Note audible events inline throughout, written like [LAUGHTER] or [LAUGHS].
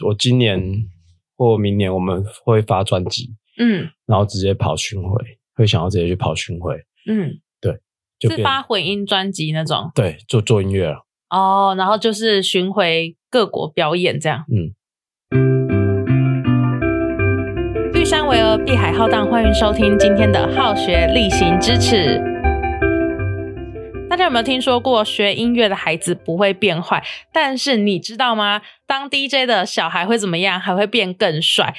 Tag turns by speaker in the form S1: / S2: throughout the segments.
S1: 我今年或明年我们会发专辑，
S2: 嗯
S1: 然后直接跑巡回，会想要直接去跑巡回，
S2: 嗯，
S1: 就是变
S2: 发混音专辑那种
S1: 对做做音乐了。
S2: 哦，然后就是巡回各国表演这样。
S1: 嗯，
S2: 玉山巍峨，碧海浩荡，欢迎收听今天的《好学例行支持》。大家有没有听说过学音乐的孩子不会变坏？但是你知道吗？当 DJ 的小孩会怎么样？还会变更帅。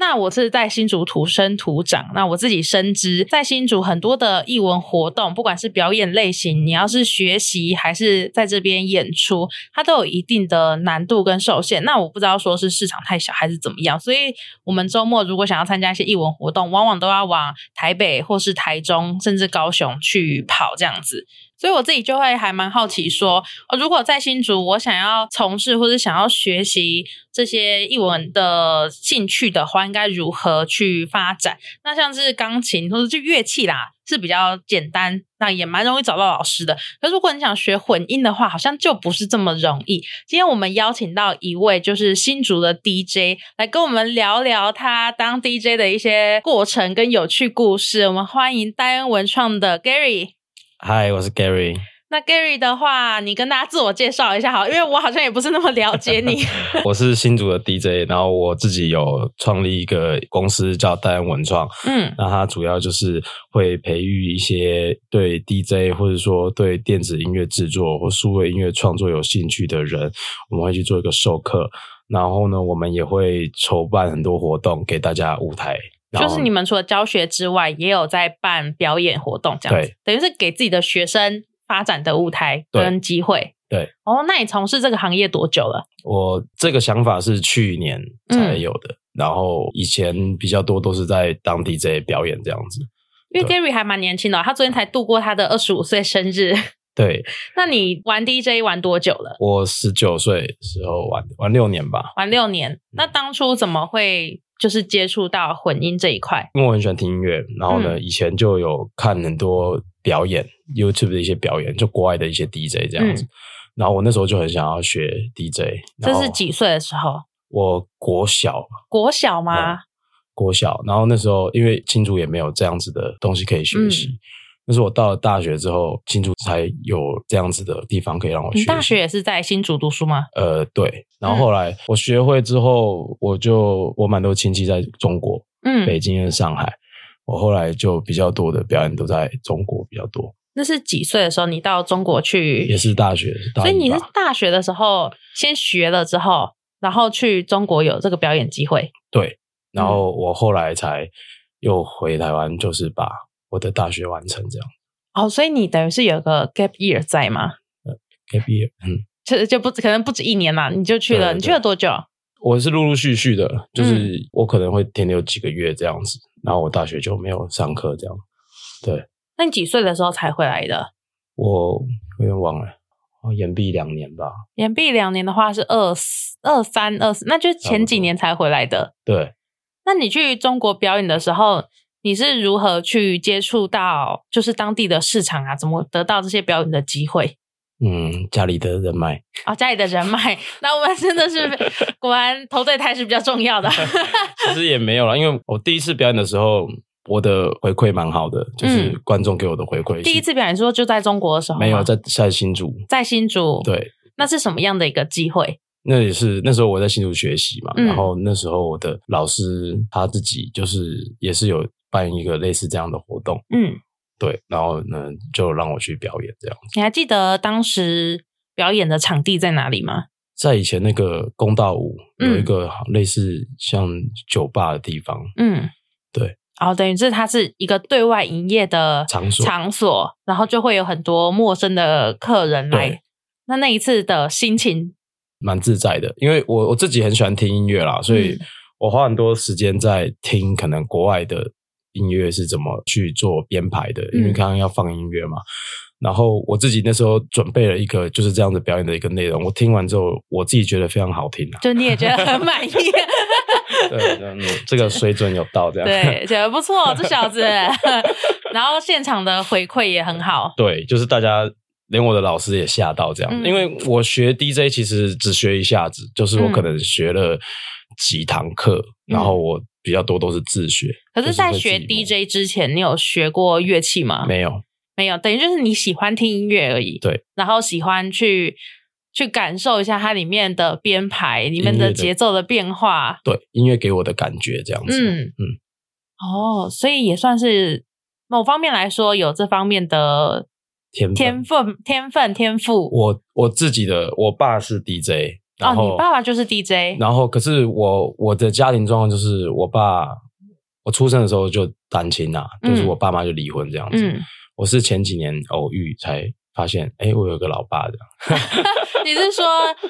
S2: 那我是在新竹土生土长，那我自己深知，在新竹很多的艺文活动，不管是表演类型，你要是学习还是在这边演出，它都有一定的难度跟受限。那我不知道说是市场太小还是怎么样，所以我们周末如果想要参加一些艺文活动，往往都要往台北或是台中甚至高雄去跑这样子。所以我自己就会还蛮好奇说，呃如果在新竹我想要从事或者想要学习这些艺文的兴趣的话，应该如何去发展？那像是钢琴或者就乐器啦，是比较简单，那也蛮容易找到老师的。可是如果你想学混音的话，好像就不是这么容易。今天我们邀请到一位就是新竹的 DJ 来跟我们聊聊他当 DJ 的一些过程跟有趣故事。我们欢迎戴恩文创的 Gary。
S1: 嗨，我是
S2: [LAUGHS]
S1: Gary，
S2: 那 Gary 的话，你跟大家自我介绍一下好，因为我好像也不是那么了解你。
S1: 我是新竹的 DJ，然后我自己有创立一个公司叫戴安文创，
S2: [LAUGHS] 嗯
S1: 那它主要就是会培育一些对 DJ 或者说对电子音乐制作或数位音乐创作有兴趣的人，我们会去做一个授课。然后呢，我们也会筹办很多活动给大家舞台。然
S2: 就
S1: 后
S2: 是你们除了教学之外，也有在办表演活动，这样子
S1: 对，
S2: 等于是给自己的学生发展的舞台
S1: 对
S2: 跟机会。
S1: 对，
S2: 哦，那你从事这个行业多久了？
S1: 我这个想法是去年才
S2: 嗯
S1: 有的，然后以前比较多都是在当 DJ 表演这样子。
S2: 因为
S1: 对
S2: Gary 还蛮年轻的哦，他昨天才度过他的二十五岁生日。 [LAUGHS]
S1: 对
S2: 那你玩 DJ 玩多久了？
S1: 我十九岁时候玩玩六年吧，
S2: 玩六
S1: 嗯
S2: 年。那当初怎么会就是接触到混音这一块？
S1: 因为我很喜欢听音乐，然后呢，
S2: 嗯
S1: 以前就有看很多表演，YouTube 的一些表演，就国外的一些 DJ 这样子。
S2: 嗯
S1: 然后我那时候就很想要学 DJ，
S2: 这
S1: 然后
S2: 是几岁的时候？
S1: 我国小
S2: 国小
S1: 哦
S2: 吗？
S1: 国小，然后那时候因为青竹也没有这样子的东西可以学习，
S2: 嗯
S1: 但是我到了大学之后，青竹才有这样子的地方可以让我学
S2: 你
S1: 习。
S2: 大学也是在新竹读书吗？
S1: 呃，对，然后
S2: 嗯
S1: 后来我学会之后，我就我蛮多亲戚在中国，北
S2: 嗯，
S1: 京跟上海。我后来就比较多的表演都在中国比较多，
S2: 那是几岁的时候你到中国
S1: 也
S2: 去？
S1: 是大学，大
S2: 嗯所以
S1: 一
S2: 你是
S1: 吧？
S2: 大学的时候先学了之后，然后去中国有这个表演机会。
S1: 对。然后我后来才又回台湾，就是把我的大学完成这样。
S2: 哦，所以你等于是有个 gap year 在吗？
S1: K B，嗯，
S2: 就就不可能不止一年啦，你就去了，
S1: 对对
S2: 你去了多久？
S1: 我是陆陆续续的，就是
S2: 嗯
S1: 我可能会停留几个月这样子，然后我大学就没有上课这样。
S2: 那你几岁的时候才回来的？
S1: 我有点忘了，我延毕两年吧。
S2: 延毕两年的话是二四二三二四，那就是前几年才回来的。
S1: 对，
S2: 那你去中国表演的时候，你是如何去接触到就是当地的市场啊？怎么得到这些表演的机会？
S1: 嗯，家里的人脉，
S2: 哦，家里的人脉，那我们真的是果然投对台是比较重要
S1: [LAUGHS]
S2: 的。
S1: 其实也没有了，因为我第一次表演的时候，我的回馈蛮好的，就是
S2: 嗯
S1: 观众给我的回馈。
S2: 第一次表演说就在中国的时候吗，
S1: 没有在在新竹，
S2: 在新竹，，
S1: 对，
S2: 那是什么样的一个机会？
S1: 那也是那时候我在新竹学习嘛，
S2: 嗯
S1: 然后那时候我的老师他自己就是也是有办一个类似这样的活动，
S2: 嗯，
S1: 对，然后呢就让我去表演这样，
S2: 你还记得当时表演的场地在哪里吗？
S1: 在以前那个公道舞
S2: 嗯
S1: 有一个类似像酒吧的地方，
S2: 嗯，
S1: 对。
S2: 哦，等于是它是一个对外营业的
S1: 场所
S2: 场所，然后就会有很多陌生的客人来
S1: 对。
S2: 那那一次的心情，
S1: 蛮自在的，因为我我自己很喜欢听音乐啦，所以
S2: 嗯
S1: 我花很多时间在听可能国外的音乐是怎么去做编排的，因为
S2: 嗯，
S1: 刚刚要放音乐嘛。然后我自己那时候准备了一个就是这样子表演的一个内容，我听完之后我自己觉得非常好听啊
S2: 就你也觉得很
S1: [LAUGHS]
S2: 满意。
S1: 对，嗯 [LAUGHS] 这个水准有到这样，
S2: 对，觉得不 [LAUGHS] 错，这小子。然后现场的回馈也很好，
S1: 对，就是大家连我的老师也吓到这样，
S2: 嗯
S1: 因为我学 DJ 其实只学一下子，就是
S2: 嗯
S1: 我可能学了几堂课，然后我比较多都是自学。
S2: 可是，在
S1: 就是
S2: 学
S1: 会自己摸
S2: DJ 之前，你有学过乐器吗？
S1: 没有，
S2: 没有，等于就是你喜欢听音乐而已。
S1: 对，
S2: 然后喜欢去去感受一下它里面的编排、里面
S1: 音乐
S2: 的
S1: 的
S2: 节奏的变化。
S1: 对音乐给我的感觉这样子。
S2: 嗯
S1: 嗯
S2: 哦，所以也算是某方面来说有这方面的
S1: 天分
S2: 天分、天分、天赋。
S1: 我我自己的，我爸是 DJ，
S2: 哦，
S1: 然后、
S2: 你爸爸就是 DJ，
S1: 然后可是我我的家庭状况就是我爸，我出生的时候就单亲啦、
S2: 嗯
S1: 就是我爸妈就离婚这样子。
S2: 嗯，
S1: 我是前几年偶遇才发现，哎，我有个老爸这样。
S2: 你是说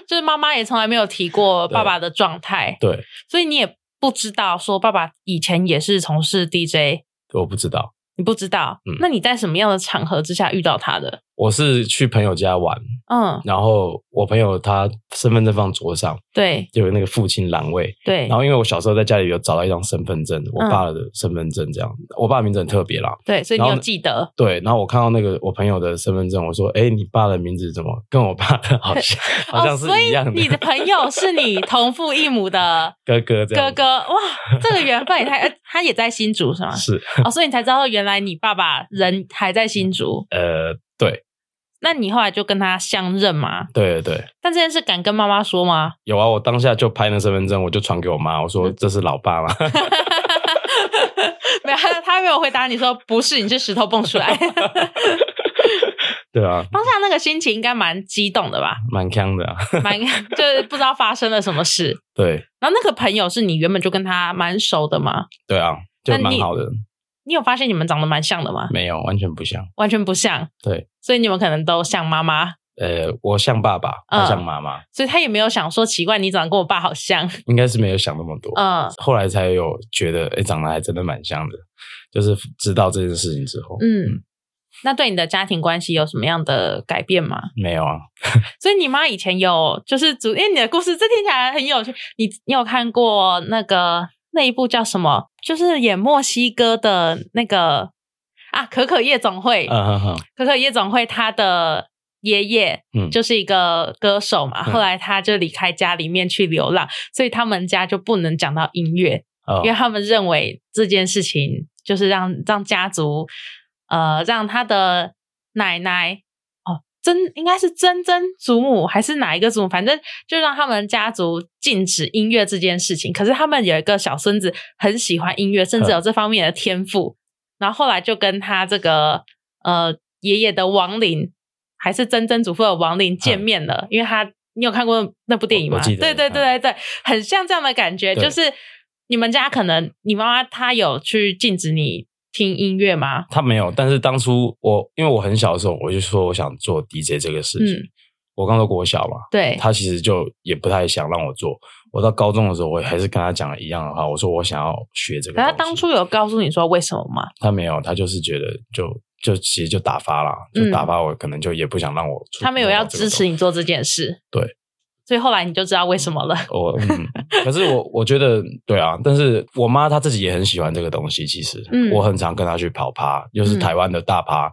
S2: 就是妈妈也从来没有提
S1: [LAUGHS]
S2: 过爸爸的状态，
S1: 对，
S2: 所以你也不知道说爸爸以前也是从事 DJ，
S1: 我不知道，
S2: 你不知道。
S1: 嗯
S2: 那你在什么样的场合之下遇到他的？
S1: 我是去朋友家玩，
S2: 嗯，
S1: 然后我朋友他身份证放桌上，
S2: 对
S1: 就有那个父亲栏位。
S2: 对
S1: 然后因为我小时候在家里有找到一张身份证，我
S2: 嗯
S1: 爸的身份证这样，我爸名字很特别啦，
S2: 对，所以你
S1: 然后
S2: 有
S1: 呢。
S2: 记得
S1: 对，然后我看到那个我朋友的身份证，我说：“哎，你爸的名字怎么跟我爸的好
S2: [LAUGHS]
S1: 像好像是
S2: 哦、所
S1: 一样
S2: 以
S1: 的？”
S2: 你的朋友是你同父异母的
S1: [LAUGHS] 哥哥这
S2: 哥
S1: 样，
S2: 哥，哇，这个缘分也太……呃他也在新竹是吗？
S1: 是
S2: 哦，所以你才知道原来你爸爸人还在新竹，
S1: 呃，对
S2: 那你后来就跟他相认吗？
S1: 对对，
S2: 但这件事敢跟妈妈说吗？ [LAUGHS]
S1: 有啊！我当下就拍那身份证，我就传给我妈，我
S2: 嗯
S1: 说：“这是老爸吗 [LAUGHS]
S2: 没有，他他没有回答你说不是，你是石头蹦出来。 [LAUGHS] 当？”
S1: 对啊，
S2: 下那个心情应该蛮激动的吧，
S1: 蛮强的、啊， [LAUGHS]
S2: 蛮 [LAUGHS] 就是不知道发生了什么事。
S1: 对
S2: 然后那个朋友是你原本就跟他蛮熟的吗？
S1: 对啊，就
S2: 那
S1: 蛮
S2: 你
S1: 好的，
S2: 你有发现你们长得蛮像的吗？
S1: 没有完全不像。
S2: 完全不像，
S1: 对，
S2: 所以你们可能都像妈妈，
S1: 呃，我像爸爸，
S2: 嗯
S1: 他像妈妈，
S2: 所以他也没有想说奇怪，你长得跟我爸好像。
S1: 应该是没有想那么多。 [LAUGHS]
S2: 嗯
S1: 后来才有觉得，哎，长得还真的蛮像的，就是知道这件事情之后，
S2: 嗯，那对你的家庭关系有什么样的改变吗？
S1: 没有啊，
S2: 所以你妈以前有就是主，因为你的故事这听起来很有趣。你你有看过那个那一部叫什么？就是演墨西哥的那个啊，可可夜总会。
S1: 嗯哼哼，
S2: 可可夜总会他的爷爷
S1: 嗯
S2: 就是一个歌手嘛，
S1: 嗯
S2: 后来他就离开家里面去流浪，所以他们家就不能讲到音乐，
S1: 哦
S2: 因为他们认为这件事情就是让让家族，呃，让他的奶奶哦，曾应该是曾曾祖母还是哪一个祖母，反正就让他们家族禁止音乐这件事情。可是他们有一个小孙子很喜欢音乐，甚至有这方面的天赋，然后后来就跟他这个呃爷爷的亡灵，还是曾曾祖父的亡灵见面了，因为他你有看过那部电影吗？
S1: 我我记得嗯
S2: 对对对对对，很像这样的感觉，
S1: 对
S2: 就是你们家可能你妈妈她有去禁止你听音乐吗？
S1: 他没有，但是当初我因为我很小的时候，我就说我想做 DJ 这个事情。
S2: 嗯
S1: 我刚说国小嘛，
S2: 对，
S1: 他其实就也不太想让我做。我到高中的时候，我还是跟他讲一样的话，我说我想要学这个
S2: 可
S1: 东西。
S2: 她当初有告诉你说为什么吗？
S1: 他没有，他就是觉得就就其实就打发啦，就
S2: 嗯
S1: 打发我，可能就也不想让我出。
S2: 她没有要支持
S1: 你。
S2: 你做这件事。
S1: 对，
S2: 所以后来你就知道为什么了。 [LAUGHS]
S1: 我嗯，可是我我觉得对啊，但是我妈她自己也很喜欢这个东西。其实，
S2: 嗯
S1: 我很常跟她去跑趴，就是台湾的大趴、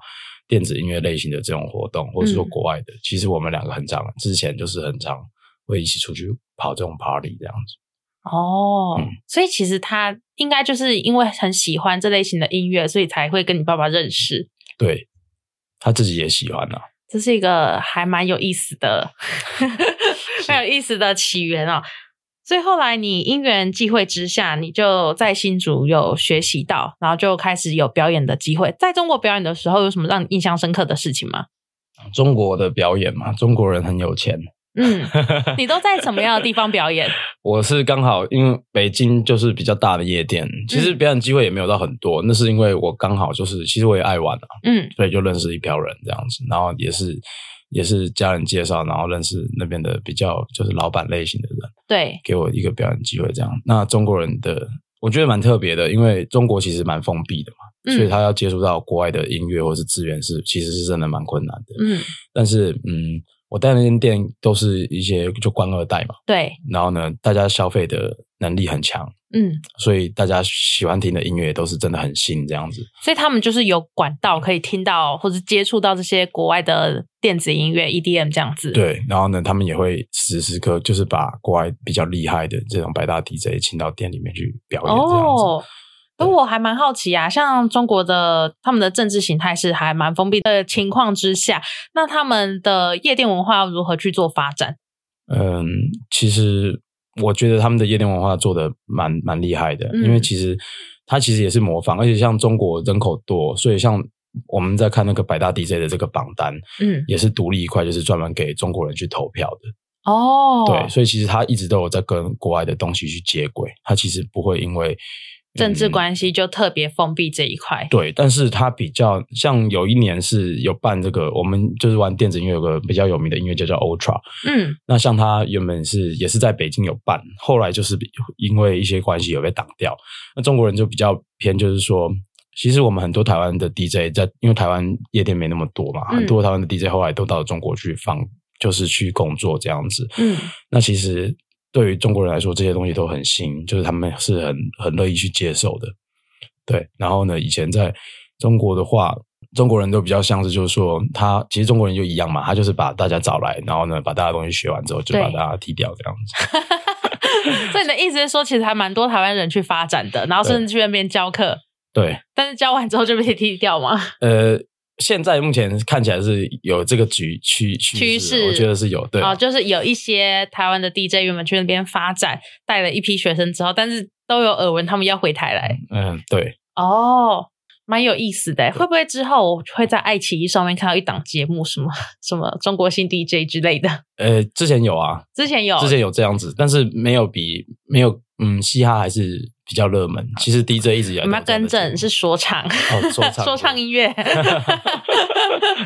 S1: 电子音乐类型的这种活动，或者说
S2: 嗯
S1: 国外的。其实我们两个很常之前就是很常会一起出去跑这种 party 这样子。
S2: 哦，
S1: 嗯
S2: 所以其实她应该就是因为很喜欢这类型的音乐，所以才会跟你爸爸认识。
S1: 对，她自己也喜欢啊。
S2: 这是一个还蛮有意思
S1: [LAUGHS]
S2: 的、蛮有意思的起源哦。所以后来你因缘际会之下，你就在新竹有学习到，然后就开始有表演的机会。在中国表演的时候，有什么让你印象深刻的事情吗？
S1: 中国的表演嘛，中国人很有钱。
S2: 嗯，你都在什么样的地方表演？
S1: 我是刚好因为北京就是比较大的夜店，其
S2: 嗯
S1: 实表演机会也没有到很多，那是因为我刚好就是其实我也爱玩啊。
S2: 嗯
S1: 所以就认识一票人这样子，然后也是也是家人介绍，然后认识那边的比较就是老板类型的人，，
S2: 对，
S1: 给我一个表演机会这样。那中国人的我觉得蛮特别的，因为中国其实蛮封闭的嘛，所以
S2: 嗯
S1: 他要接触到国外的音乐或是资源是其实是真的蛮困难的。
S2: 嗯，
S1: 但是嗯，我带那间店都是一些就官二代嘛，
S2: 对，
S1: 然后呢，大家消费的能力很强，
S2: 嗯，
S1: 所以大家喜欢听的音乐也都是真的很新这样子。
S2: 所以他们就是有管道可以听到或者接触到这些国外的电子音乐 EDM 这样子。，
S1: 对，然后呢，他们也会时时刻就是把国外比较厉害的这种百大 DJ 请到店里面去表演这样子。
S2: 哦。而我还蛮好奇啊，像中国的他们的政治形态是还蛮封闭的情况之下，那他们的夜店文化要如何去做发展？
S1: 嗯，其实我觉得他们的夜店文化做的蛮蛮厉害的，
S2: 嗯
S1: 因为其实它其实也是模仿，而且像中国人口多，所以像我们在看那个百大 DJ 的这个榜单，
S2: 嗯，
S1: 也是独立一块，就是专门给中国人去投票的。
S2: 哦，
S1: 对，所以其实他一直都有在跟国外的东西去接轨，他其实不会因为
S2: 政治
S1: 嗯
S2: 关系就特别封闭这一块。
S1: 对，但是它比较像有一年是有办这个，我们就是玩电子音乐有个比较有名的音乐节叫 Ultra，
S2: 嗯，
S1: 那像它原本是也是在北京有办，后来就是因为一些关系有被挡掉。那中国人就比较偏，就是说，其实我们很多台湾的 DJ 在，因为台湾夜店没那么多嘛，
S2: 嗯
S1: 很多台湾的 DJ 后来都到中国去放，就是去工作这样子。
S2: 嗯，
S1: 那其实对于中国人来说，这些东西都很新，就是他们是很很乐意去接受的。对，然后呢，以前在中国的话，中国人都比较像是就是说，他其实中国人就一样嘛，他就是把大家找来，然后呢，把大家东西学完之后，就
S2: 对
S1: 把大家踢掉这样子。
S2: 所以你的意思是说，其实还蛮多台湾人去发展的，然后甚至去那边教课，
S1: 对，
S2: 但是教完之后就被踢掉嘛？
S1: 呃。现在目前看起来是有这个局趋趋
S2: 趋势
S1: 我觉得是有对，
S2: 哦，就是有一些台湾的 DJ 原本去那边发展，带了一批学生之后，但是都有耳闻他们要回台来，
S1: 嗯，对，
S2: 哦，蛮有意思的。欸会不会之后我会在爱奇艺上面看到一档节目，什么什么中国新 DJ 之类的？
S1: 呃，之前有啊，
S2: 之前有，
S1: 之前有这样子，但是没有比没有，嗯，嘻哈还是比较热门。其实 DJ 一直以来都有
S2: 我们要
S1: 这样的
S2: 更
S1: 节目
S2: 正是说唱，
S1: 哦说
S2: [LAUGHS]
S1: 唱
S2: 说唱
S1: [LAUGHS]
S2: 音乐。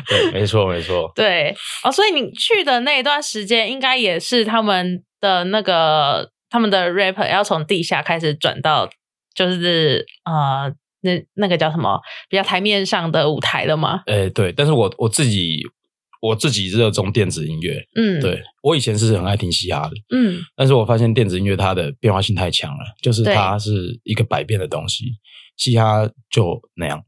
S1: 对，没错没错，
S2: 对哦，所以你去的那一段时间，应该也是他们的那个他们的 rapper 要从地下开始转到，就是呃，那那个叫什么比较台面上的舞台了吗？
S1: 哎、对，但是我我自己我自己热衷电子音乐，
S2: 嗯，，
S1: 对我以前是很爱听嘻哈的，
S2: 嗯，
S1: 但是我发现电子音乐它的变化性太强了，就是
S2: 对
S1: 它是一个百变的东西，嘻哈就那样，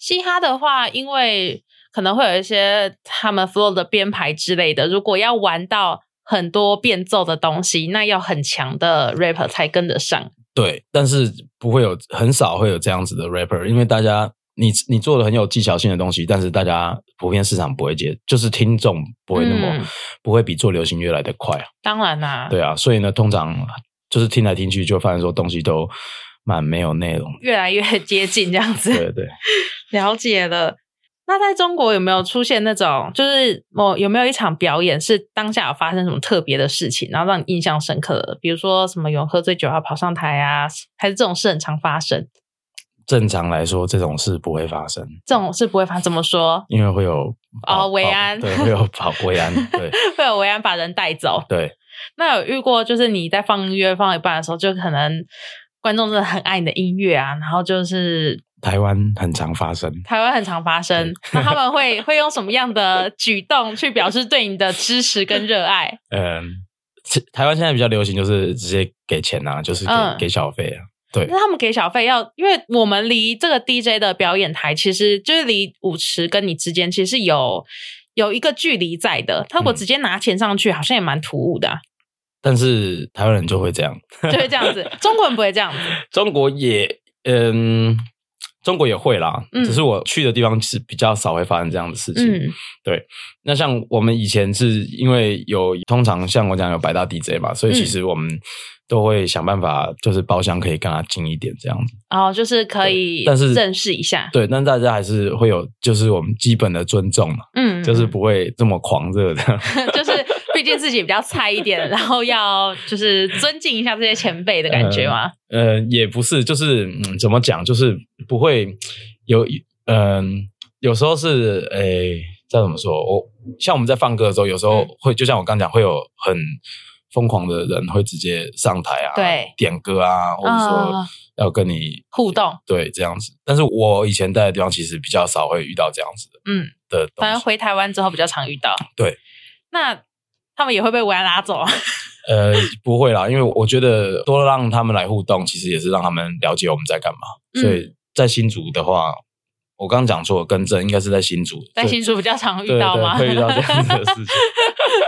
S2: 嘻哈的话，因为可能会有一些他们 flow 的编排之类的，如果要玩到。很多变奏的东西，那要很强的 rapper 才跟得上。
S1: 对，但是不会有很少会有这样子的 rapper，因为大家。你你做的很有技巧性的东西，但是大家普遍市场不会接，就是听众不会那么、
S2: 嗯
S1: 不会比做流行乐来的快。
S2: 当然啦、。
S1: 对啊，所以呢，通常就是听来听去，就发现说东西都蛮没有内容
S2: 越来越接近这样子。
S1: 对对，
S2: 了解了。那在中国有没有出现那种，就是某有没有一场表演是当下有发生什么特别的事情，然后让你印象深刻的？比如说什么有人喝醉酒啊跑上台啊，还是这种事很常发生？
S1: 正常来说这种事不会发生，
S2: 这种事不会发生，怎么说？ [LAUGHS]
S1: 因为会有保
S2: 哦维
S1: 保
S2: 安
S1: 对，会有保维安，对
S2: 会有维安把人带走？
S1: 对
S2: 那有遇过就是你在放音乐放到一半的时候，就可能观众真的很爱你的音乐啊，然后就是
S1: 台湾很常发生。
S2: 台湾很常发生，那他们会会用什么样的举动去表示对你的支持跟热爱？ [LAUGHS]
S1: 嗯，其台湾现在比较流行就是直接给钱啊，就是给、
S2: 嗯
S1: 给小费啊。
S2: 那他们给小费要，因为我们离这个 DJ 的表演台，其实就是离舞池跟你之间，其实有有一个距离在的。他如果
S1: 嗯
S2: 直接拿钱上去，好像也蛮突兀的啊、
S1: 但是台湾人就会这样，
S2: 就会这样
S1: [LAUGHS]
S2: 子。中国人不会这样子，
S1: 中国也嗯，中国也会啦，
S2: 嗯
S1: 只是我去的地方是比较少会发生这样的事情。
S2: 嗯
S1: 那像我们以前是因为有通常像我讲有百大 DJ 嘛，
S2: 嗯
S1: 所以其实我们都会想办法，就是包厢可以跟他近一点这样子。
S2: 然后就是可以，
S1: 但是
S2: 认识一下，
S1: 对，但大家还是会有就是我们基本的尊重嘛，
S2: 嗯，
S1: 就是不会这么狂热的。
S2: [LAUGHS] 就是，毕竟自己比较菜一点，然后要就是尊敬一下这些前辈的感觉嘛。
S1: 呃，也不是，就是、嗯、怎么讲，就是不会有嗯、有时候是诶，再怎么说，我像我们在放歌的时候，有时候
S2: 嗯
S1: 会、就像我刚讲，会有很疯狂的人会直接上台啊，
S2: 对
S1: 点歌啊，或者说
S2: 嗯
S1: 要跟你、
S2: 互动，
S1: 对这样子。但是我以前待的地方其实比较少会遇到这样子的
S2: 嗯，
S1: 的东
S2: 反正
S1: 西，
S2: 回台湾之后比较常遇到。
S1: 对，
S2: 那他们也会被维安拉走啊。
S1: 呃， [LAUGHS] 不会啦，因为我觉得多让他们来互动，其实也是让他们了解我们在干嘛。
S2: 嗯
S1: 所以在新竹的话，我刚刚讲错，更正，应该是在新竹，
S2: 在新竹比较常遇到吗？
S1: 对对，会遇到这样子的事情。
S2: [LAUGHS]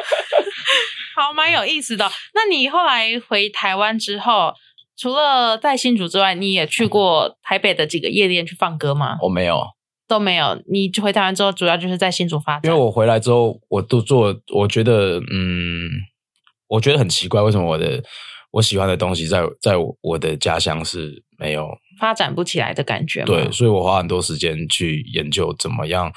S2: 好，蛮有意思的。哦那你后来回台湾之后，除了在新竹之外，你也去过台北的几个夜店去放歌吗？
S1: 我没有，
S2: 都没有。你回台湾之后，主要就是在新竹发
S1: 因
S2: 展。
S1: 为我回来之后，我都做，我觉得，嗯，我觉得很奇怪，为什么我的我喜欢的东西在在我我的家乡是没有
S2: 发展不起来的感觉吗。
S1: 对，所以我花很多时间去研究怎么样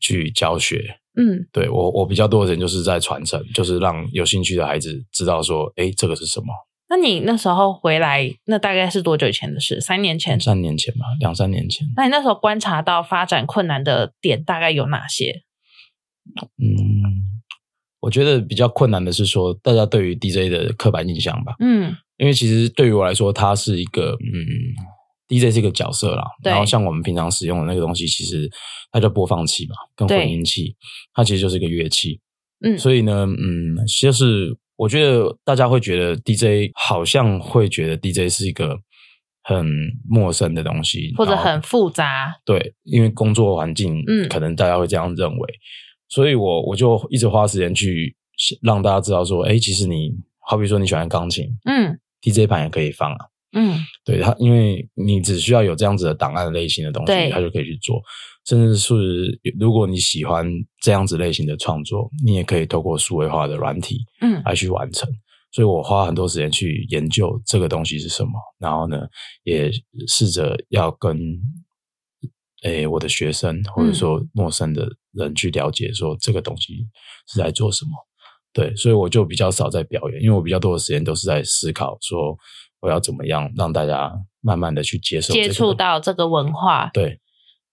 S1: 去教学。
S2: 嗯，
S1: 对我，我比较多的人就是在传承，就是让有兴趣的孩子知道说，诶，这个是什么？
S2: 那你那时候回来，那大概是多久以前的事？三年前。
S1: 三年前吧，两三年前。
S2: 那你那时候观察到发展困难的点大概有哪些？
S1: 嗯，我觉得比较困难的是说，大家对于 DJ 的刻板印象吧，
S2: 嗯
S1: 因为其实对于我来说，它是一个嗯。DJ 是一个角色啦，
S2: 对
S1: 然后像我们平常使用的那个东西，其实它叫播放器嘛，跟
S2: 对
S1: 混音器，它其实就是一个乐器。
S2: 嗯，
S1: 所以呢，嗯，就是我觉得大家会觉得 DJ 好像会觉得 DJ 是一个很陌生的东西，
S2: 或者
S1: 然后
S2: 很复杂。
S1: 对，因为工作环境，
S2: 嗯
S1: 嗯，可能大家会这样认为，所以我我就一直花时间去让大家知道说，哎，其实你好比说你喜欢钢琴
S2: 嗯
S1: ，DJ 盘也可以放啊，
S2: 嗯
S1: 对它，因为你只需要有这样子的档案类型的东
S2: 对
S1: 西，它就可以去做。甚至是如果你喜欢这样子类型的创作，你也可以透过数位化的软体，
S2: 嗯
S1: 来去完成。所以我花很多时间去研究这个东西是什么，然后呢，也试着要跟诶、我的学生或者
S2: 嗯
S1: 说陌生的人去了解，说这个东西是在做什么。对，所以我就比较少在表演，因为我比较多的时间都是在思考，说我要怎么样让大家慢慢的去接受、
S2: 接触。到这个文化。
S1: 对，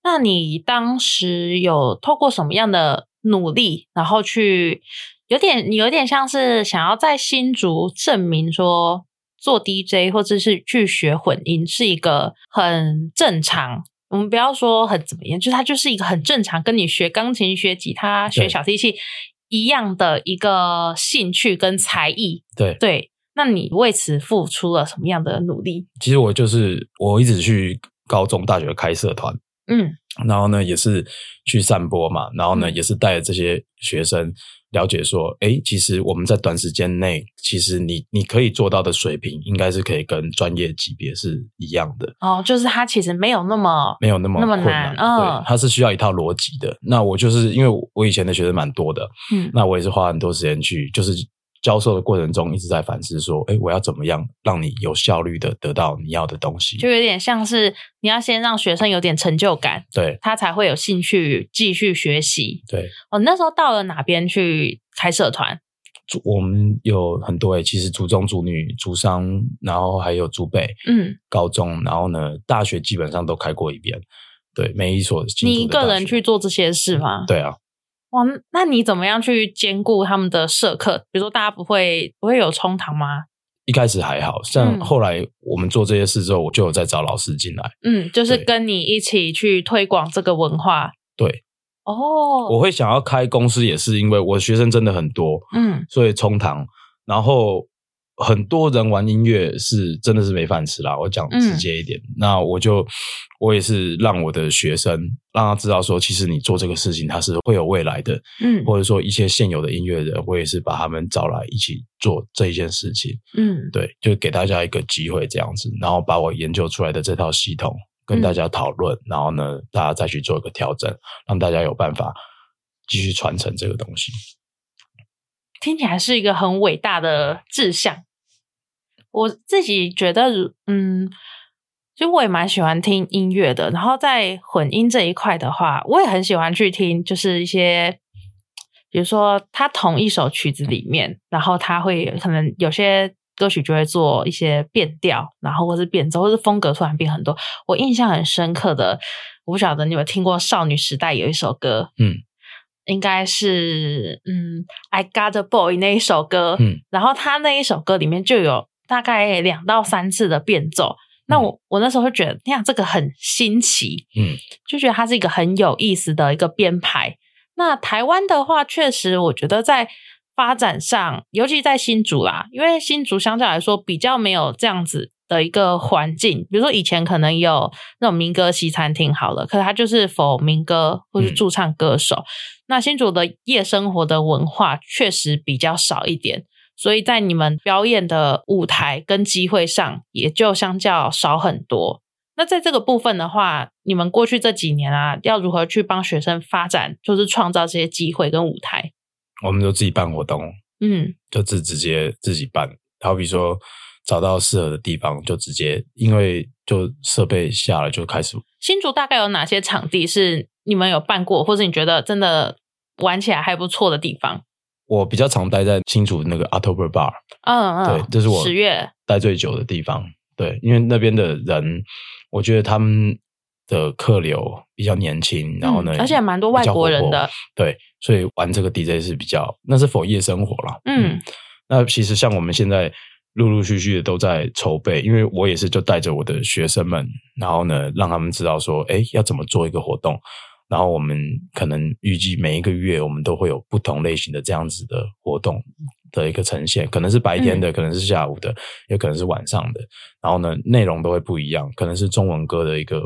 S2: 那你当时有透过什么样的努力，然后去有点你有点像是想要在新竹证明说做 DJ 或者是去学混音是一个很正常。我们不要说很怎么样，就是它就是一个很正常，跟你学钢琴、学吉他、学
S1: 对
S2: 小提琴一样的一个兴趣跟才艺。
S1: 对
S2: 对，那你为此付出了什么样的努力？
S1: 其实我就是我一直去高中、大学开社团，
S2: 嗯
S1: 然后呢，也是去散播嘛，然后呢，
S2: 嗯
S1: 也是带着这些学生了解说，诶，其实我们在短时间内，其实你你可以做到的水平，应该是可以跟专业级别是一样的，
S2: 哦，就是它其实没有那么
S1: 没有那么
S2: 那么
S1: 困难。
S2: 难嗯
S1: 对，它是需要一套逻辑的。那我就是因为我以前的学生蛮多的，
S2: 嗯
S1: 那我也是花很多时间去，就是教授的过程中一直在反思说，诶，我要怎么样让你有效率的得到你要的东西？
S2: 就有点像是你要先让学生有点成就感，
S1: 对
S2: 他才会有兴趣继续学习。
S1: 对，
S2: 哦，那时候到了哪边去开社团？
S1: 族我们有很多诶、欸其实族中、族女、族商，然后还有族北、
S2: 嗯，
S1: 高中，然后呢，大学基本上都开过一遍。对，每一所新
S2: 你
S1: 竹
S2: 一
S1: 的大
S2: 个人
S1: 学
S2: 去做这些事吗？
S1: 对啊，
S2: 哇，那那你怎么样去兼顾他们的社课？比如说，大家不会不会有冲堂吗？
S1: 一开始还好像
S2: 嗯
S1: 后来我们做这些事之后，我就有在找老师进来。
S2: 嗯，就是
S1: 对
S2: 跟你一起去推广这个文化。
S1: 对，
S2: 哦，
S1: 我会想要开公司，也是因为我学生真的很多，
S2: 嗯
S1: 所以冲堂，然后很多人玩音乐是真的是没饭吃啦。我讲直接一点，那我就我也是让我的学生让他知道说，其实你做这个事情它是会有未来的，
S2: 嗯
S1: 或者说一些现有的音乐人，我也是把他们找来一起做这一件事情。
S2: 嗯
S1: 对，就给大家一个机会这样子，然后把我研究出来的这套系统跟大家讨论，然后呢，大家再去做一个调整，让大家有办法继续传承这个东西。
S2: 听起来是一个很伟大的志向。我自己觉得，嗯，其实我也蛮喜欢听音乐的。然后在混音这一块的话，我也很喜欢去听，就是一些，比如说他同一首曲子里面，然后他会可能有些歌曲就会做一些变调，然后或是变奏，或是风格突然变很多。我印象很深刻的，我不晓得你有没有听过少女时代有一首歌，
S1: 嗯，
S2: 应该是嗯，I Got a Boy 那一首歌，
S1: 嗯，
S2: 然后他那一首歌里面就有大概两到三次的变奏。那我、我那时候就觉得，天啊，这个很新奇，
S1: 嗯，
S2: 就觉得它是一个很有意思的一个编排。那台湾的话，确实我觉得在发展上，尤其在新竹啦，因为新竹相对来说比较没有这样子的一个环境。比如说以前可能有那种民歌西餐厅好了，可是它就是否民歌或是驻唱歌手。那新竹的夜生活的文化确实比较少一点，所以在你们表演的舞台跟机会上也就相较少很多。那在这个部分的话，你们过去这几年啊，要如何去帮学生发展，就是创造这些机会跟舞台？
S1: 我们就自己办活动，哦
S2: 嗯
S1: 就自直接自己办。好比说找到适合的地方，就直接因为就设备下了就开始。
S2: 新竹大概有哪些场地是你们有办过，或者你觉得真的玩起来还不错的地方？
S1: 我比较常待在新竹那个 October Bar，
S2: 嗯嗯，
S1: 对，这是我
S2: 十月，
S1: 待最久的地方。对，因为那边的人，我觉得他们的客流比较年轻，然后呢，
S2: 嗯而且蛮多外国人
S1: 比较活泼
S2: 的，
S1: 对，所以玩这个 DJ 是比较，那是否夜生活啦。
S2: 嗯，
S1: 那其实像我们现在陆陆续续的都在筹备，因为我也是就带着我的学生们，然后呢，让他们知道说，哎，要怎么做一个活动。然后我们可能预计每一个月，我们都会有不同类型的这样子的活动的一个呈现，可能是白天的，可能是下午的，也可能是晚上的。然后呢，内容都会不一样，可能是中文歌的一个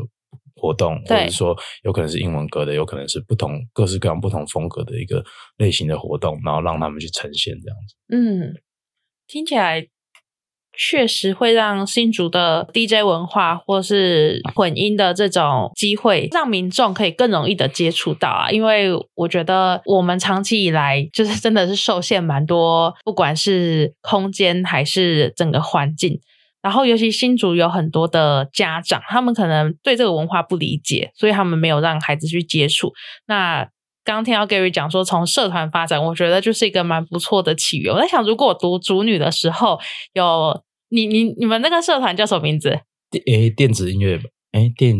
S1: 活动，或者
S2: 对
S1: 是说有可能是英文歌的，有可能是不同各式各样不同风格的一个类型的活动，然后让他们去呈现这样子。
S2: 嗯，听起来确实会让新竹的 DJ 文化或是混音的这种机会，让民众可以更容易的接触到啊。因为我觉得我们长期以来就是真的是受限蛮多，不管是空间还是整个环境。然后，尤其新竹有很多的家长，他们可能对这个文化不理解，所以他们没有让孩子去接触。那刚刚听到 Gary 讲说从社团发展，我觉得就是一个蛮不错的起源。我在想，如果我读主女的时候有你你你们那个社团叫什么名字？
S1: 电诶电子音乐吧，诶电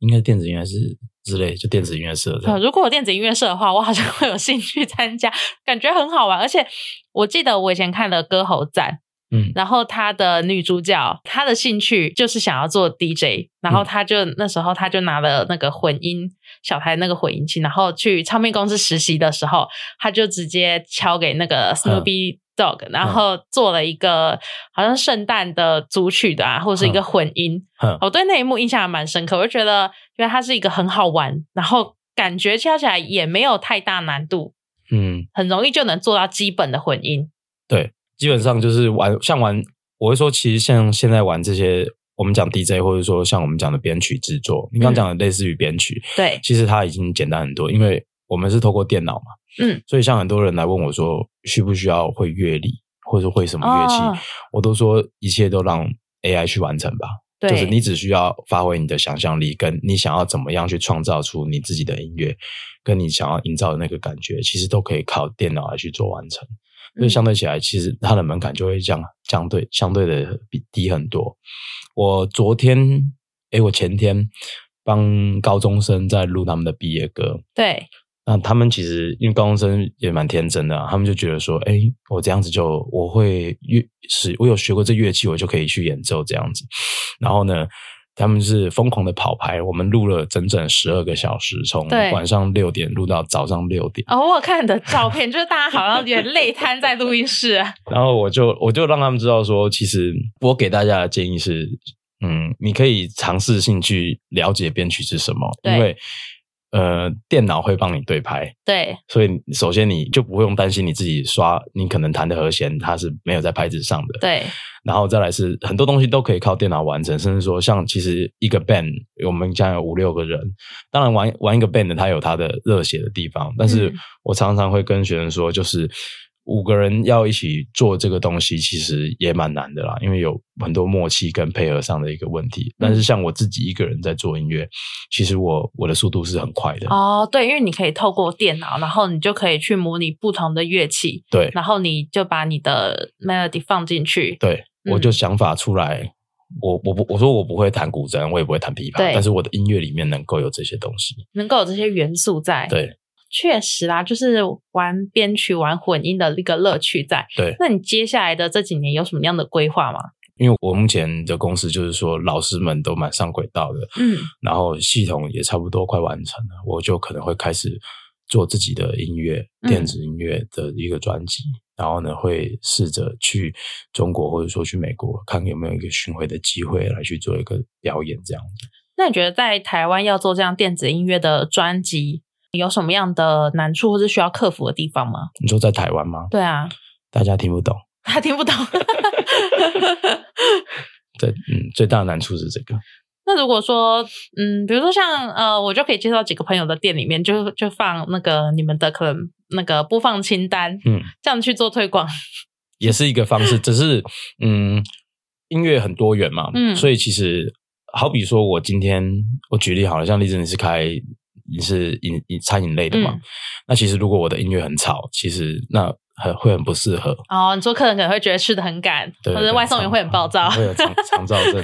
S1: 应该电子音乐是之类，就电子音乐社这
S2: 呃
S1: 样。
S2: 如果有电子音乐社的话，我好像会有兴趣参加，感觉很好玩。而且我记得我以前看了《歌喉战》，
S1: 嗯，
S2: 然后她的女主角她的兴趣就是想要做 DJ，然
S1: 嗯
S2: 后她就、那时候她就拿了那个混音小台那个混音器，然后去唱片公司实习的时候，她就直接敲给那
S1: 嗯
S2: 个 Snoopy Dog，、然后做了一个好像圣诞的组曲的啊，或
S1: 嗯
S2: 是一个混音。
S1: 哼，
S2: 我对那一幕印象还蛮深刻，我就觉得觉得它是一个很好玩，然后感觉敲起来也没有太大难度，
S1: 嗯，
S2: 很容易就能做到基本的混音。
S1: 基本上就是玩，像玩，我会说，其实像现在玩这些，我们讲 DJ 或者说像我们讲的编曲制作，
S2: 嗯
S1: 你刚刚讲的类似于编曲，
S2: 对，
S1: 其实它已经简单很多，因为我们是透过电脑嘛，
S2: 嗯，
S1: 所以像很多人来问我说，需不需要会乐理，或者说会什么嗯乐器，
S2: 哦
S1: 我都说一切都让 AI 去完成吧，
S2: 对，
S1: 就是你只需要发挥你的想象力，跟你想要怎么样去创造出你自己的音乐，跟你想要营造的那个感觉，其实都可以靠电脑来去做完成。所以
S2: 嗯
S1: 相对起来，其实它的门槛就会降相对相对的比低很多。我昨天，诶，我前天帮高中生在录他们的毕业歌，
S2: 对。
S1: 那他们其实因为高中生也蛮天真的、啊，他们就觉得说，哎，我这样子就我会乐是，我有学过这乐器，我就可以去演奏这样子。然后呢，他们是疯狂的跑牌，我们录了整整十二个小时，从
S2: 对
S1: 晚上六点录到早上六点。
S2: 哦，我有看你的照片，就是大家好像也累瘫在录音室。啊
S1: 然后我就我就让他们知道说，其实我给大家的建议是，嗯，你可以尝试性去了解编曲是什么，
S2: 对
S1: 因为呃，电脑会帮你对拍。
S2: 对，
S1: 所以首先你就不会用担心你自己刷，你可能弹的和弦它是没有在拍子上的。
S2: 对，
S1: 然后再来是很多东西都可以靠电脑完成，甚至说像其实一个 band，我们家有五六个人，当然玩玩一个 band 的它有它的热血的地方，但是
S2: 嗯
S1: 我常常会跟学生说，就是五个人要一起做这个东西，其实也蛮难的啦，因为有很多默契跟配合上的一个问题。但
S2: 嗯
S1: 是像我自己一个人在做音乐，其实我我的速度是很快的，
S2: 哦，对，因为你可以透过电脑，然后你就可以去模拟不同的乐器，
S1: 对。
S2: 然后你就把你的 melody 放进去。
S1: 对，
S2: 嗯
S1: 我就想法出来。我我不我说我不会弹古筝，我也不会弹琵琶
S2: 对，
S1: 但是我的音乐里面能够有这些东西。
S2: 能够有这些元素在，
S1: 对，
S2: 确实啦，就是玩编曲、玩混音的一个乐趣在。
S1: 对
S2: 那你接下来的这几年有什么样的规划吗？
S1: 因为我目前的公司就是说，老师们都蛮上轨道的，
S2: 嗯，
S1: 然后系统也差不多快完成了，我就可能会开始做自己的音乐，
S2: 嗯
S1: 电子音乐的一个专辑。然后呢，会试着去中国或者说去美国，看有没有一个巡回的机会来去做一个表演这样子。
S2: 那你觉得在台湾要做这样电子音乐的专辑，有什么样的难处或是需要克服的地方吗？
S1: 你说在台湾吗？
S2: 对啊，
S1: 大家听不懂。
S2: 他听不懂。
S1: 最嗯最大的难处是这个。
S2: [LAUGHS] 那如果说，嗯，比如说像呃，我就可以介绍几个朋友的店里面，就就放那个你们的可能那个播放清单，
S1: 嗯，
S2: 这样去做推广。
S1: 也是一个方式，只是嗯，音乐很多元嘛，
S2: 嗯
S1: 所以其实好比说，我今天我举例好了，像例子你是开你是饮饮餐饮类的嘛，
S2: 嗯
S1: 那其实如果我的音乐很吵，其实那很会很不适合，
S2: 哦，你说客人可能会觉得吃的很赶， [LAUGHS]
S1: 对，
S2: 或者外送员会很暴躁， [LAUGHS]
S1: 会有肠肠躁症，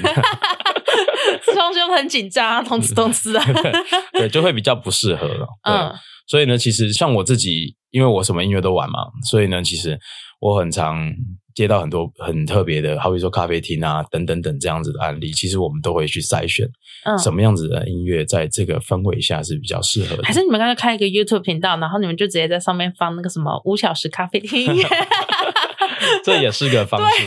S2: 双胸很紧张，同吃同吃啊。
S1: [LAUGHS] [LAUGHS] 对，就会比较不适合了，对
S2: 嗯
S1: 所以呢，其实像我自己，因为我什么音乐都玩嘛，所以呢，其实我很常接到很多很特别的，好比说咖啡厅啊等等等这样子的案例，其实我们都会去筛选
S2: 嗯，
S1: 什么样子的音乐在这个氛围下是比较适合的
S2: 还。是你们刚才开一个 YouTube 频道，然后你们就直接在上面放那个什么五小时咖啡厅 [LAUGHS] 音乐，
S1: [LAUGHS] 这也是个方式，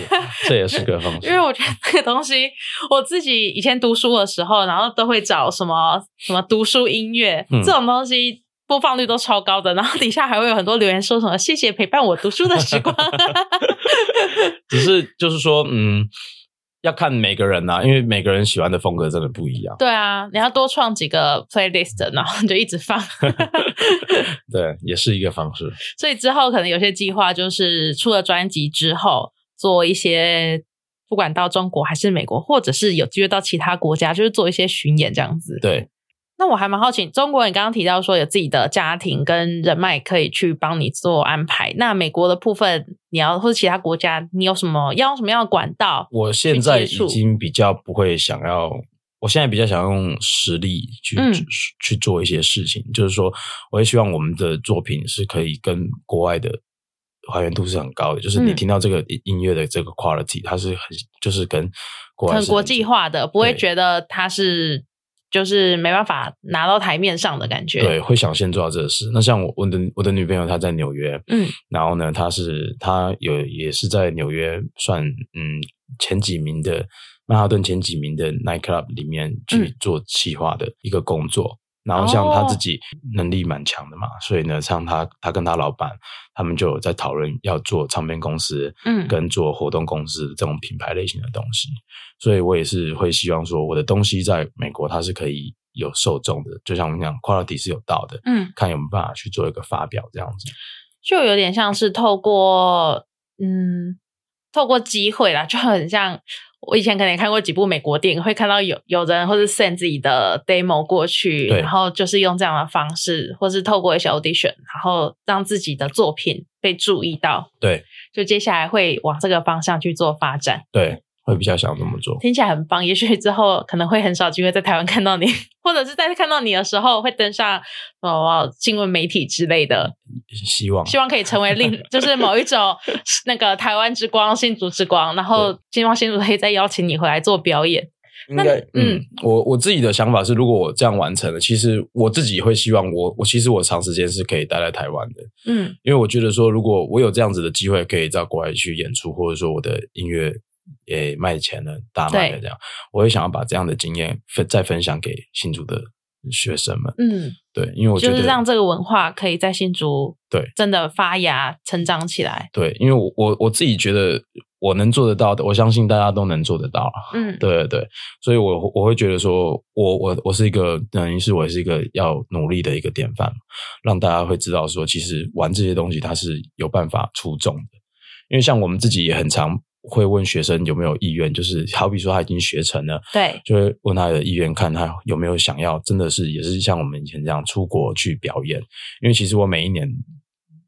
S1: [LAUGHS] 这也是个方
S2: 因为
S1: 式。
S2: 我觉得那个东西，我自己以前读书的时候，然后都会找什么什么读书音乐、
S1: 嗯
S2: 这种东西。播放率都超高的，然后底下还会有很多留言说什么“谢谢陪伴我读书的时光。。
S1: 只是就是说，嗯，要看每个人呐、啊因为每个人喜欢的风格真的不一样”
S2: 对啊，你要多创几个 playlist，然后你就一直放。 [LAUGHS] 啊
S1: 对，也是一个方式。
S2: 所以之后可能有些计划就是出了专辑之后，做一些不管到中国还是美国，或者是有机会到其他国家，就是做一些巡演这样子。
S1: 对，
S2: 那我还蛮好奇，中国你刚刚提到说有自己的家庭跟人脉可以去帮你做安排，那美国的部分你要或者其他国家，你有什么要用什么样的管道？
S1: 我现在
S2: 去
S1: 已
S2: 接触
S1: 经比较不会想要，我现在比较想用实力去、
S2: 嗯
S1: 去去做一些事情，就是说，我也希望我们的作品是可以跟国外的还原度是很高的，就是你
S2: 嗯
S1: 听到这个音音乐的这个 quality，它是很就是跟国外是
S2: 很国际化的，不会
S1: 对
S2: 觉得它是就是没办法拿到台面上的感觉。
S1: 对，，会想先做到这个事。那像我我的我的女朋友她在纽约，
S2: 嗯
S1: 然后呢，她是她有也是在纽约算嗯前几名的曼哈顿前几名的 night club 里面去
S2: 嗯
S1: 做企划的一个工作。然后像她
S2: 哦
S1: 自己能力蛮强的嘛，所以呢，像她她跟她老板他们就有在讨论要做唱片公司，
S2: 嗯
S1: 跟做活动公司这种品牌类型的东西。所以我也是会希望说，我的东西在美国它是可以有受众的，就像我们讲 quality 是有到的，
S2: 嗯，
S1: 看有没有办法去做一个发表这样子。
S2: 就有点像是透过嗯，透过机会啦，就很像我以前可能也看过几部美国电影，会看到有有人或是 send 自己的 demo 过去，
S1: 对
S2: 然后就是用这样的方式，或是透过一些 audition，然后让自己的作品被注意到。
S1: 对
S2: 就接下来会往这个方向去做发展，
S1: 对，会比较想这么做。
S2: 听起来很棒。也许之后可能会很少机会在台湾看到你，或者是在看到你的时候会登上哦新闻媒体之类的。
S1: 希望
S2: 希望可以成为
S1: [LAUGHS]
S2: 另就是某一种那个台湾之光、新竹之光，然后希望新竹可以再邀请你回来做表演。
S1: 应
S2: 那
S1: 该
S2: 你
S1: 嗯，我我自己的想法是，如果我这样完成了，其实我自己会希望我我其实我长时间是可以待在台湾的，
S2: 嗯
S1: 因为我觉得说，如果我有这样子的机会，可以在国外去演出，或者说我的音乐也卖钱了、大卖了
S2: 对
S1: 这样，我会想要把这样的经验分再分享给新竹的学生们。
S2: 嗯，
S1: 对，因为我觉
S2: 就
S1: 得
S2: 是让这个文化可以在新竹
S1: 对
S2: 真的发芽成长起来。
S1: 对，因为我我我自己觉得我能做得到的，我相信大家都能做得到啊。
S2: 嗯，
S1: 对对对，所以我我会觉得说，我我我是一个等于是我是一个要努力的一个典范，让大家会知道说，其实玩这些东西它是有办法出众的。因为像我们自己也很常会问学生有没有意愿，就是好比说他已经学成了，
S2: 对，
S1: 就会问他的意愿，看他有没有想要，真的是也是像我们以前这样出国去表演。因为其实我每一年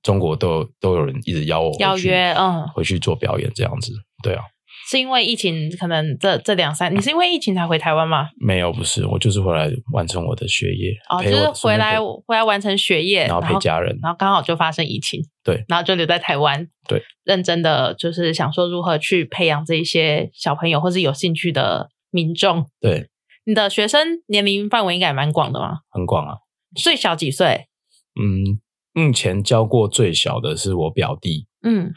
S1: 中国都有都有人一直邀我回
S2: 邀
S1: 去
S2: 约嗯
S1: 回去做表演这样子。对啊，
S2: 是因为疫情，可能这这两三，你是因为疫情才回台湾吗？
S1: 没有，不是，我就是回来完成我的学业，
S2: 哦，就
S1: 陪我
S2: 是
S1: 的
S2: 回来
S1: 孙子
S2: 回来完成学业，
S1: 然后陪家人。
S2: 然后刚好就发生疫情，
S1: 对，
S2: 然后就留在台湾，
S1: 对，
S2: 认真的就是想说如何去培养这一些小朋友或是有兴趣的民众。
S1: 对，
S2: 你的学生年龄范围应该也蛮广的嘛，
S1: 很广啊。
S2: 最小几岁？
S1: 嗯，目前教过最小的是我表弟，
S2: 嗯，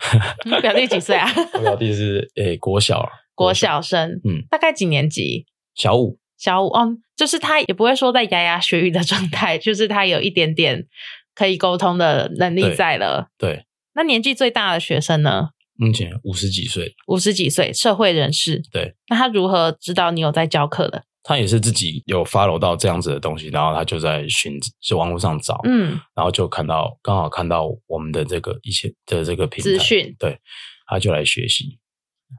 S2: 你表弟几岁啊？
S1: [LAUGHS] 我表弟是诶、国小，
S2: 国小生，
S1: 嗯，
S2: 大概几年级？
S1: 小五，
S2: 小五，哦，就是他也不会说在牙牙学语的状态，就是他有一点点可以沟通的能力
S1: 对
S2: 在了。
S1: 对，
S2: 那年纪最大的学生呢？
S1: 目前五十几岁，
S2: 五十几岁，社会人士。
S1: 对，
S2: 那他如何知道你有在教课的？
S1: 他也是自己有 follow 到这样子的东西，然后他就在寻是网络上找，
S2: 嗯，
S1: 然后就看到刚好看到我们的这个以前的这个平
S2: 资
S1: 台，
S2: 讯。
S1: 他就来学习，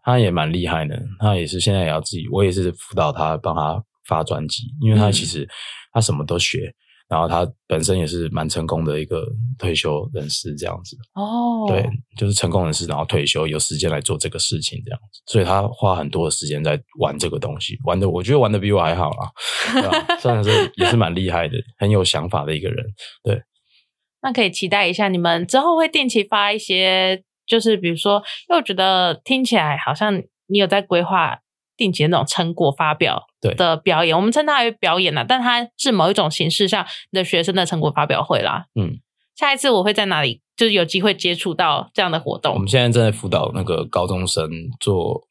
S1: 他也蛮厉害的，他也是现在也要自己，我也是辅导他，帮他发专辑，因为他
S2: 嗯
S1: 其实他什么都学，然后他本身也是蛮成功的一个退休人士这样子，
S2: 哦，
S1: 对，就是成功人士，然后退休有时间来做这个事情这样子，所以他花很多的时间在玩这个东西，玩的我觉得玩的比我还好啦，对
S2: [LAUGHS]
S1: 啊、算是也是蛮厉害的，很有想法的一个人，
S2: 那可以期待一下，你们之后会定期发一些，就是比如说，因为我觉得听起来好像你有在规划定期的那种成果发表
S1: 对
S2: 的表演，我们称它为表演啦，但它是某一种形式上你的学生的成果发表会啦。
S1: 嗯，
S2: 下一次我会在哪里，就是有机会接触到这样的活
S1: 我
S2: 动
S1: 们。现在正在辅导那个高中生做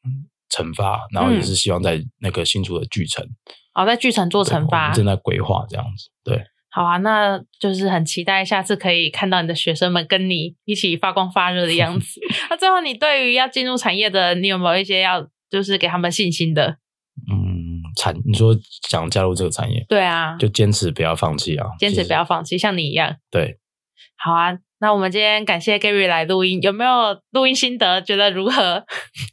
S1: 惩罚，然后
S2: 嗯
S1: 也是希望在那个新竹的巨城
S2: 好，在剧城做
S1: 对
S2: 惩
S1: 我
S2: 罚
S1: 们。正在规划这样子。对，
S2: 好啊，那就是很期待下次可以看到你的学生们跟你一起发光发热的 [LAUGHS] 样子。那最后，你对于要进入产业的，你有没有一些要就是给他们信心的？
S1: 嗯，产你说想加入这个产业，
S2: 对啊，
S1: 就坚持不要放弃啊，
S2: 坚
S1: 其
S2: 持
S1: 实
S2: 不要放弃，像你一样。
S1: 对。
S2: 好啊，那我们今天感谢 Gary 来录音，有没有录音心得？觉得如何？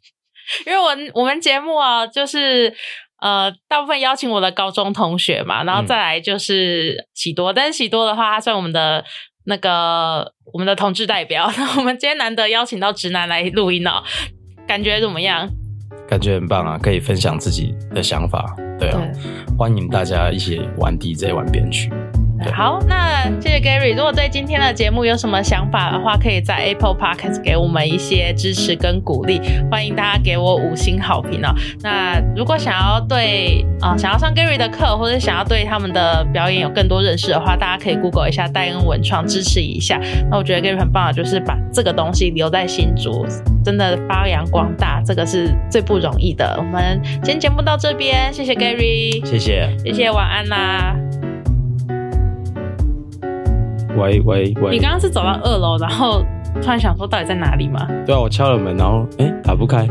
S2: [LAUGHS] 因为我我们节目啊，就是呃，大部分邀请我的高中同学嘛，然后
S1: 嗯
S2: 再来就是喜多，但是喜多的话，他算我们的那个我们的同志代表。 [LAUGHS] 那我们今天难得邀请到直男来录音哦，感觉怎么样？
S1: 感觉很棒啊，可以分享自己的想法，对啊，欢迎大家一起玩 DJ 玩编曲，对
S2: 好，那谢谢 Gary。如果对今天的节目有什么想法的话，可以在 Apple Podcast 给我们一些支持跟鼓励，欢迎大家给我五星好评哦。那如果想要对啊、呃想要上 Gary 的课，或者想要对他们的表演有更多认识的话，大家可以 Google 一下戴恩文创支持一下。那我觉得 Gary 很棒的就是把这个东西留在新竹，真的发扬光大，这个是最不容易的。我们今天节目到这边，谢谢 Gary，
S1: 谢谢，
S2: 谢谢晚安啦。
S1: 喂喂喂
S2: 你，刚刚是走到二楼，然后突然想说到底在哪里吗？
S1: 对啊，我敲了门，然后哎打不开，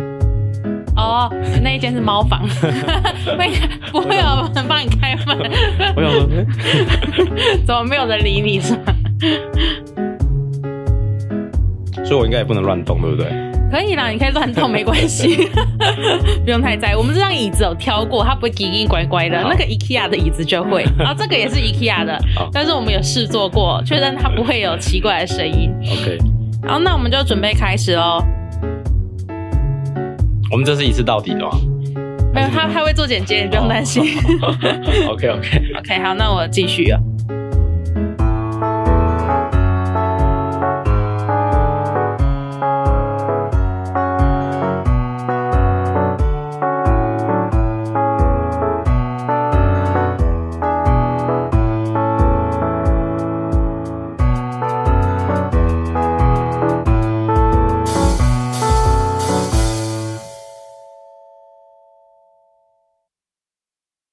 S2: 哦，那一间是
S1: [LAUGHS]
S2: 猫房，会不会有人帮你开门？
S1: 我想说，诶
S2: [LAUGHS] 怎么没有人理你是吗？
S1: 所以我应该也不能乱动，对不对？
S2: 可以啦，你可以乱动没关系， [LAUGHS] 不用太在意。我们这张椅子有挑过，它不会奇奇怪怪的。
S1: 好
S2: 那个 IKEA 的椅子就
S1: [LAUGHS]
S2: 会，然后这个也是 IKEA 的
S1: 好，
S2: 但是我们有试坐过，确认它不会有奇怪的声音。
S1: OK，
S2: 然后那我们就准备开始喽。
S1: 我们这是一次到底的吗哦
S2: 呃没有，他他会做剪接，你不用担
S1: [LAUGHS]
S2: 心。[LAUGHS]
S1: ？OK OK。
S2: OK，好，那我继续了。哦